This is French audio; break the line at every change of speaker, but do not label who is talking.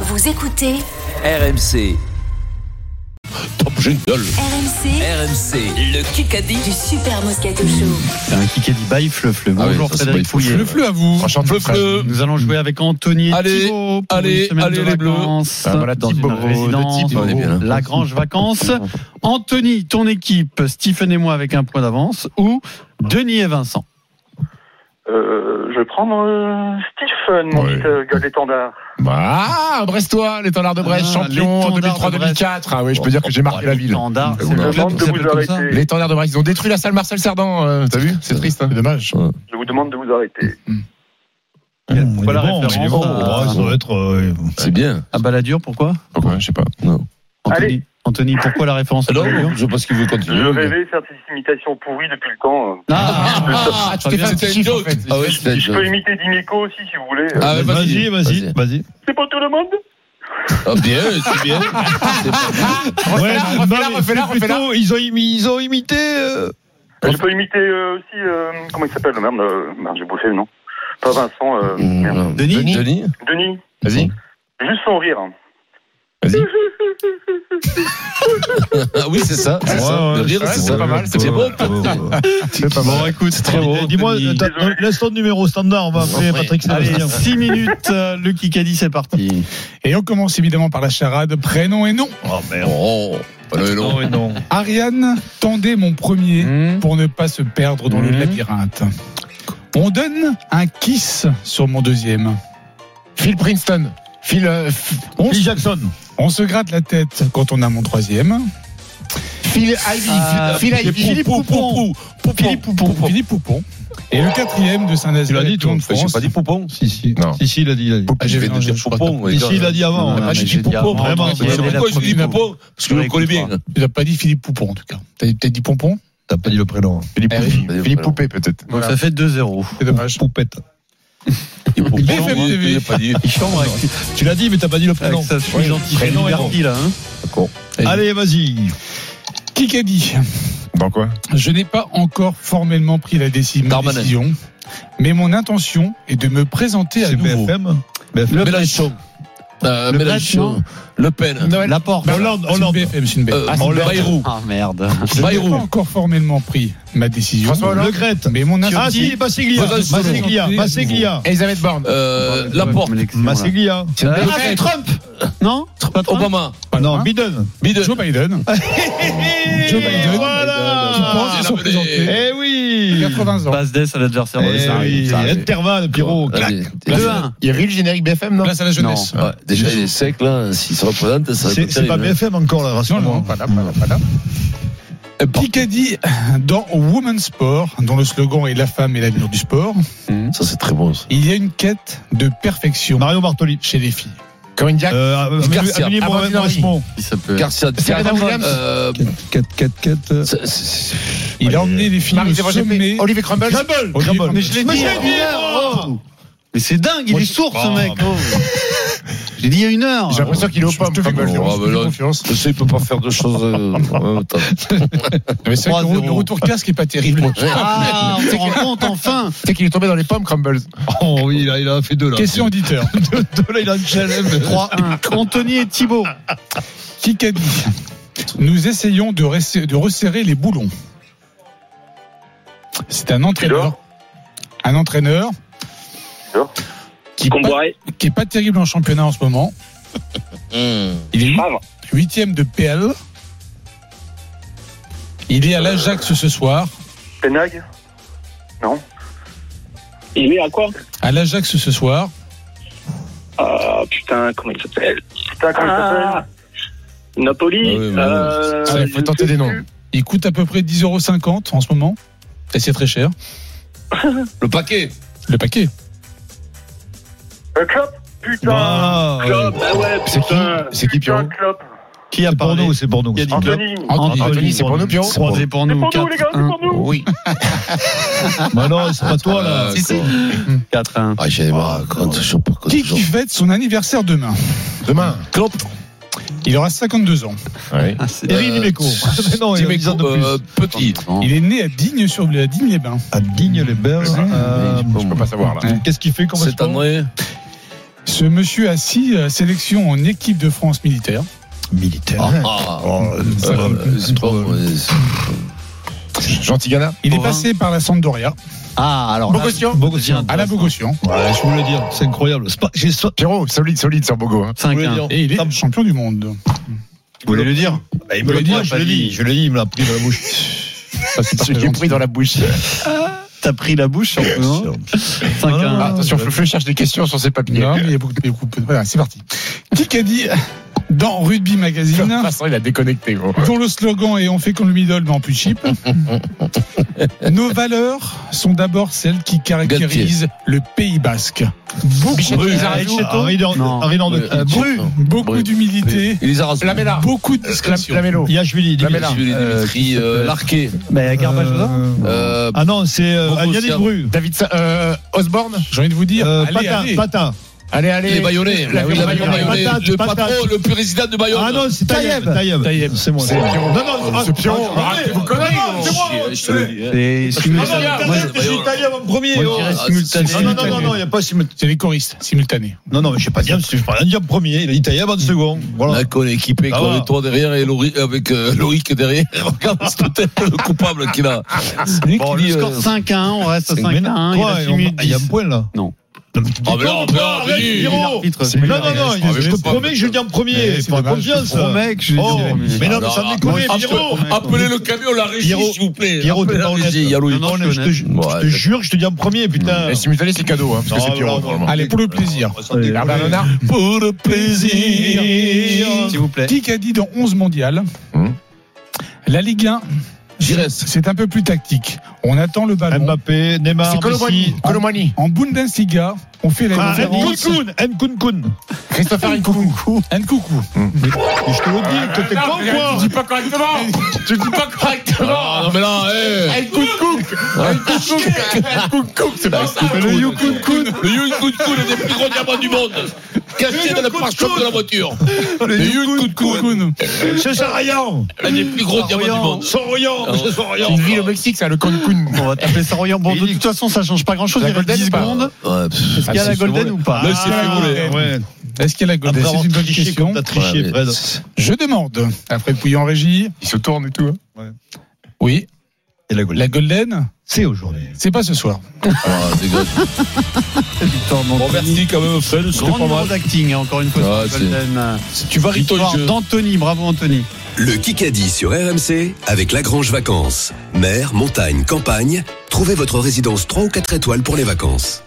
Vous écoutez
RMC,
Top Jingle.
RMC,
RMC, le Kikadi
du Super Moscato Show.
C'est un kick et by fleu fleu.
Ah
Bonjour
oui, ça, c'est pas- il
Frédéric
faut-
Pouillet. Euh,
Le fleu à vous.
Franchement,
le fleu.
Nous allons jouer avec Anthony
Allez,
Thibault pour
allez,
une semaine
allez,
de
les Bleus.
vacances
Ah, voilà,
dans
type
une
Bobo, le
résidence,
type
On est bien, hein.
Lagrange Vacances. Anthony, ton équipe, Stephen et moi avec un point d'avance ou Denis et Vincent.
Euh, je vais prendre euh, Stephen, mon
Ouais.
petit euh, gars d'étendard.
Ah, Brestois, l'étendard de Brest,
Ah,
champion en
l'étendard de Oh, Brest.
2003-2004. Ah oui, je peux dire que j'ai marqué la ville.
Standard, c'est
On
le
a-
club
Je
qui
vous
s'appelle comme Ah, ça.
arrêter.
L'étendard de Brest, ils ont détruit la salle Marcel Cerdan, euh, t'as vu C'est triste. hein. Dommage.
Je vous demande de vous arrêter.
Pourquoi la
bon, il est
référence Ah,
bon.
à-
Ouais, ça doit être. euh,
C'est bien.
à Balladur Pourquoi
Pourquoi Ah, Je sais pas.
Anthony,
Allez.
Anthony, pourquoi la référence à Balladur
Non, je pense qu'il veut continuer.
Je rêvais faire cette imitation pourrie depuis le temps.
Ah,
Ah, tu t'es fait un
Fabien,
petit chiffre, en fait.
Ah ouais, c'était un
Je peux
jeu.
imiter Dimeco aussi si vous voulez.
Ah, ouais,
Vas-y, vas-y, vas-y.
C'est pour tout le monde
Ah, bien, c'est bien. C'est pas mal.
Ouais,
Refais-la,
non,
refais-la,
mais
refais-la,
c'est
refais-la.
plutôt, Ils ont, imi- ils ont imité. euh,
Ah,
Je peux imiter euh, aussi, euh, comment il s'appelle Merde, euh, merde j'ai bouffé le nom. Pas Vincent, euh,
Mm.
merde.
Denis
Denis
Denis,
Vas-y.
juste son rire. hein.
Ah oui, c'est ça. C'est
Ouais,
ça.
ouais,
Le rire,
ouais,
c'est
c'est
ça.
pas mal,
C'est
c'est
bon.
C'est pas
Bon,
mal.
écoute,
très
dis-
beau,
Dis-moi, euh,
Denis.
t'as- t'as- laisse ton numéro standard, on va appeler Patrick
Allez,
Sébastien.
6 minutes, euh, le Kikadi, c'est parti.
Et on commence évidemment par la charade prénom et nom.
Oh merde.
Oh, pas le long.
et non. Hmm.
Ariane, tendez mon premier
Mmh.
pour ne pas se perdre dans le
Mhm.
labyrinthe. On donne un kiss sur mon deuxième.
Phil Princeton. Phil. euh, F-
On,
Phil
se-
Jackson.
on se gratte la tête quand on a mon troisième.
Phil Ivy.
Euh,
Ah,
Phil Ivy.
Philippe
Philippe
Poupon.
Poupon.
Philippe Poupon. Philippe Poupon. Et le quatrième de
Tu
Saint-Nazaire.
l'as dit,
et du
toi
Tour de
J'ai
France.
pas dit Poupon Si, si.
Non.
Si, si, il a dit. il a dit.
Ah, j'ai
Je vais te
mélangé,
dire
je crois,
Poupon.
Si, si, il a dit
Non,
avant.
non,
ouais.
mais
Ah, j'ai
j'ai
dit
dit avant,
Poupon. Vraiment.
vraiment.
Je sais
Il y avait
pourquoi
la
je dis
première.
Poupon. Parce que je le connais bien.
Tu n'as pas dit Philippe Poupon en tout cas. T'as t'as dit Pompon
T'as pas dit le prénom.
Philippe
Eh oui,
Poupé.
vas-y,
Philippe
voilà.
Poupé, peut-être.
Donc ça fait 2-0.
C'est dommage.
Poupette.
Et Poupon,
Les familles
il
TV.
a pas dit.
Il chambre avec,
Tu l'as dit, mais t'as pas dit le
avec
prénom.
sa
Ouais.
chemise anti
Prénom et nom.
liberty là. Hein.
Allez, vas-y.
Qui qu'a dit
Dans quoi
Je n'ai pas encore formellement pris la déci-
Darmanin.
décision, mais mon intention est de me présenter à
C'est
nouveau.
BFM. BFM.
Mélenchon. Euh,
Le
Mélenchon.
Brett,
Le Pen.
Noël. Ah,
La porte.
Hollande,
C'est une
Hollande.
BFM, c'est une BFM.
Euh,
Ah, c'est Hollande.
Bayrou.
Ah merde.
Je n'ai
Bayrou.
pas encore formellement pris ma décision,
François Hollande.
Le Grette.
mais mon intention.
Ah si, Masséglia.
Besançon.
Masséglia. Masséglia.
Elisabeth Borne.
Euh,
la
Laporte.
Masséglia.
Ah, c'est Trump Non c'est pas Trump
Obama.
Pas
Non,
loin.
Biden.
Biden.
Joe Biden.
Joe
Joe Biden. Qui pense
Voilà.
qu'ils sont
Ah,
présentés.
Eh oui.
80 ans.
Passe d'ess à l'adversaire.
Eh
Ouais, ça arrive,
oui.
ça arrive.
Intervalle, Pierrot. Clac.
Allez.
2-1.
Il y avait eu le générique BFM, non
Place à la jeunesse.
Ouais, déjà, il est sec, là. S'il se représente, ça va
C'est c'est pas
terrible,
BFM encore, là,
Non, non,
rassure-moi.
hein.
pas là, pas là, pas là. Euh, Picardie dans Women's Sport, dont le slogan est La femme est l'avenir du sport,
hein. Ça, c'est très bon, ça.
il y a une quête de perfection
Mario Bartoli.
chez les filles.
Corinne Diacre.
Euh,
ah,
Amélie-
Garcia.
Ah,
Amélie
bah,
Morin-
Amandine Henry.
Morin-
Ça peut.
Garcia,
Serena Williams.
euh,
4, 4, 4.
c'est- c'est-
Il a
Allez.
emmené les filles au sommet.
Marie-Zéro Olivier Crumble.
Olivier Crumble.
Mais je l'ai dit.
hein.
oh. Mais c'est dingue, il
Moi,
est
je-
sourd ce
Oh,
mec.
bah.
oh. J'ai dit il y a une heure.
J'ai l'impression qu'il est au
Je
pomme.
te fais
Crumble.
confiance,
Oh,
je
bah
te fais
là,
confiance.
Je sais, il peut pas faire deux choses euh, en même temps.
Mais c'est vrai que le,
3-0.
le retour casque est pas terrible.
Ah, on se rend compte enfin.
Tu sais qu'il est tombé dans les pommes, Crumbles.
Oh oui, il a- il a fait deux, là.
Question auditeur.
Deux, là, il a une challenge.
3-1. Anthony et Thibault.
Qui qu'a dit Nous essayons de, resser- de resserrer les boulons. C'est un entraîneur. Un entraîneur.
Tudor.
Qui n'est pas, qui est pas terrible en championnat en ce moment.
Hmm.
Il est
Favre.
huitième de PL. Il est à l'Ajax ce soir.
Penag
Il est à quoi
À l'Ajax ce soir.
Ah putain, comment il s'appelle
Putain, comment
Ah, Napoli
Ah oui, mais
euh,
Ah, il faut
je
tenter
sais
des noms.
plus.
Il coûte à peu près 10,50€ en ce moment. Et c'est très cher.
Le paquet.
Le paquet.
il s'appelle Euh, Klopp Putain
Ah, ouais.
Klopp Ah ouais,
C'est qui
putain
C'est qui,
Putain,
Pierrot
Klopp
Qui a
C'est pour
parlé
nous, c'est pour nous.
Il y a du club.
Anthony
Anthony.
Anthony, c'est pour nous, Pierrot
3 c'est pour
C'est
nous.
pour nous, les gars, c'est
4-1.
pour nous
Oui.
Bah non, c'est pas toi, là.
Si, si. 4-1.
Ah, j'ai marre. Quand je suis pas quand
Qui,
je
qui fête son anniversaire demain
Demain.
Klopp.
Il aura 52 ans.
Ouais.
Ah, c'est-
Eric
euh,
Dimeco. Ah, Non, il a
Dimeco,
10 ans de
euh,
plus.
Petit.
Il est né à Digne sur à Digne les Bains.
À Digne-les-Bains. euh,
Je peux pas savoir, là.
Qu'est-ce qu'il fait comme
C'est
sport
André.
Ce monsieur a six euh, sélections en équipe de France militaire.
Militaire.
Ah,
Oh,
ah,
ça va.
euh, c'est pas- euh, c'est-
Gentil Ghana.
Il est
Bovin.
passé par la Sampdoria,
Ah, alors. là,
Bogossian.
Bogossian.
à la Bogossian,
Ouais, je voulais dire, c'est incroyable. C'est pas- j'ai so-
Pierrot, solide, solide sur Bogo. hein.
je
5
voulais dire-
et il est champion du monde.
Vous voulez le dire
Bah, il me
Vous
l'a
voulez
moi,
dire,
je le
Paddy
dis, je le dis, il me l'a pris dans la bouche.
Ça, c'est parce que j'ai pris dans la bouche.
T'as pris la bouche, surtout. hein 5-1.
Ah, attention, Fleu cherche des questions sur ses papiers.
Non,
De
mais il y a beaucoup de coupes. Voilà, c'est parti. Kikadi dans Rugby
toute
Magazine,
façon, il a déconnecté, gros.
dont le slogan est On fait comme le middle, mais en plus cheap. Nos valeurs sont d'abord celles qui caractérisent le Pays basque.
Michel
Oui,
Kizarazou.
Henri Dor-
Non.
Henri Dordogne.
Euh, Bru.
Beaucoup
Oui.
d'humilité,
Il les a rassemblés.
Lamela.
beaucoup de
La-
discrétion.
Lamelo.
Yachvili,
La Mela.
Dimitri.
Dimitri, Dimitri, euh, Larquet.
Mais Garbajosa
Euh,
Ah non, c'est euh,
Bobo
Yannick
Sierra.
Bru.
David Sa- euh, Osborne.
J'ai envie de vous dire,
Euh,
allez,
Patin,
allez.
Patin.
Allez, allez.
Les Bayonnais.
La-
Oui,
la-
l'avion
Bayonnais.
Bayonnais,
Patate,
Le
patate.
patron, le plus résident de Bayonne.
Ah non, c'est Taïeb. Taïeb. C'est moi.
C'est Pierrot.
Non, non, ah,
C'est Pierrot.
non,
Arrêtez vos
non,
conneries,
non, c'est moi.
Chier, je te le dis, hein.
C'est
Ah non,
simultané.
il y a
Moi,
Taïeb,
je-
j'ai Taïeb en premier.
Moi,
oh.
je dirais
Ah,
simultané.
Non, non, non, non, non, il n'y a pas simultané.
C'est les choristes, simultanés.
Non, non, mais je sais pas dire, parce que je parlais dire en premier. Il a dit Taïeb en second. Voilà.
Là qu'on est équipé
Ah
qu'on
ouais.
est toi derrière et Lori, avec euh, Loïc derrière. Regarde cette tête le coupable qu'il a. C'est lui
Bon,
qui
le
dit, euh,
score 5-1, on reste à
c'est
5-1. Il
Toi,
reste
et
6
on-
minutes
ah, Il y a un
10.
point là.
Non.
Non, mais tu
Ah, mais
déconnes
non,
ou pas,
non,
arrête,
mais
Pierrot.
L'arbitre, c'est
Non, non, non,
Ah, mais
je te
c'est pas-
promets que je le dis en premier.
Mais c'est
Faut avoir
dommage, je
confiance.
te promets.
Promets que je vais
Oh,
dire en minute.
mais non,
Ah,
mais ça
non,
me déconne,
non,
Pierrot.
Pierrot.
Appelez le camion, la régie,
Pierrot.
s'il vous plaît.
Pierrot,
Appelez
t'es
la
pas honnête.
régie, il y a Loïc.
Non, non,
Je te- je
Ouais,
te jure, je te dis en premier, putain.
Et simultané, c'est cadeau, hein, parce que
Non,
c'est Pierrot,
non,
normalement.
Allez, pour le plaisir.
Bernard Léonard.
Pour le plaisir.
S'il vous plaît.
Kikadi dans 11 mondial.
Mmh.
La Ligue 1,
Gires.
c'est un peu plus tactique. On attend le ballon.
Mbappé, Neymar,
C'est Colomani.
Messi.
Colomani.
En Bundesliga, on fait la
Ah,
différence.
Nkunku, Nkunku.
Christopher Nkunku.
Nkoukou.
Mais je te le dis, toi, t'es con, quoi.
pas correctement. Tu le dis pas
Ah, non, mais là, eh.
Nkunku. Nkunku. C'est pas ça.
Le Yukun-kun. Le Yukun-kun est le plus gros diamant du monde. Caché dans le pare-choc de la voiture. Le Yukun-kun.
C'est Sarayan.
Un des plus gros diamants du monde.
Soroyan.
Ah.
C'est
Il
Soroyan.
vit au Mexique, ça, le Cancun.
On va taper Saroyan. Bon,
Et
de
il-
toute façon, ça change pas grand chose.
La
Il reste
Golden
10
ou pas
secondes.
Ouais, pff.
Est-ce qu'il y a
Ah,
la
c'est
Golden
fait
ou pas
Ah, c'est fait rouler. Ouais.
Est-ce qu'il y a la Golden
Après
C'est
avoir
une bonne
triché
question.
comme t'as
Ouais,
triché,
mais
Fred.
c'est-
Je demande à Fred Pouillet en régie.
Il se tourne et tout. hein.
Oui,
Et la Golden.
la Golden,
C'est aujourd'hui.
c'est pas ce soir.
Ah, dégueulasse.
Victor
Bon,
D'Antoni.
merci quand même, Fred. C'était
Grand
pas
niveau
mal.
d'acting, hein, encore une fois,
Ah,
sur
c'est-
la Golden.
Tu varies ton
Victoire
jeu.
d'Anthony. Bravo, Anthony.
Le Kikadi sur RMC avec Lagrange Vacances. Mer, montagne, campagne, trouvez votre résidence 3 ou 4 étoiles pour les vacances.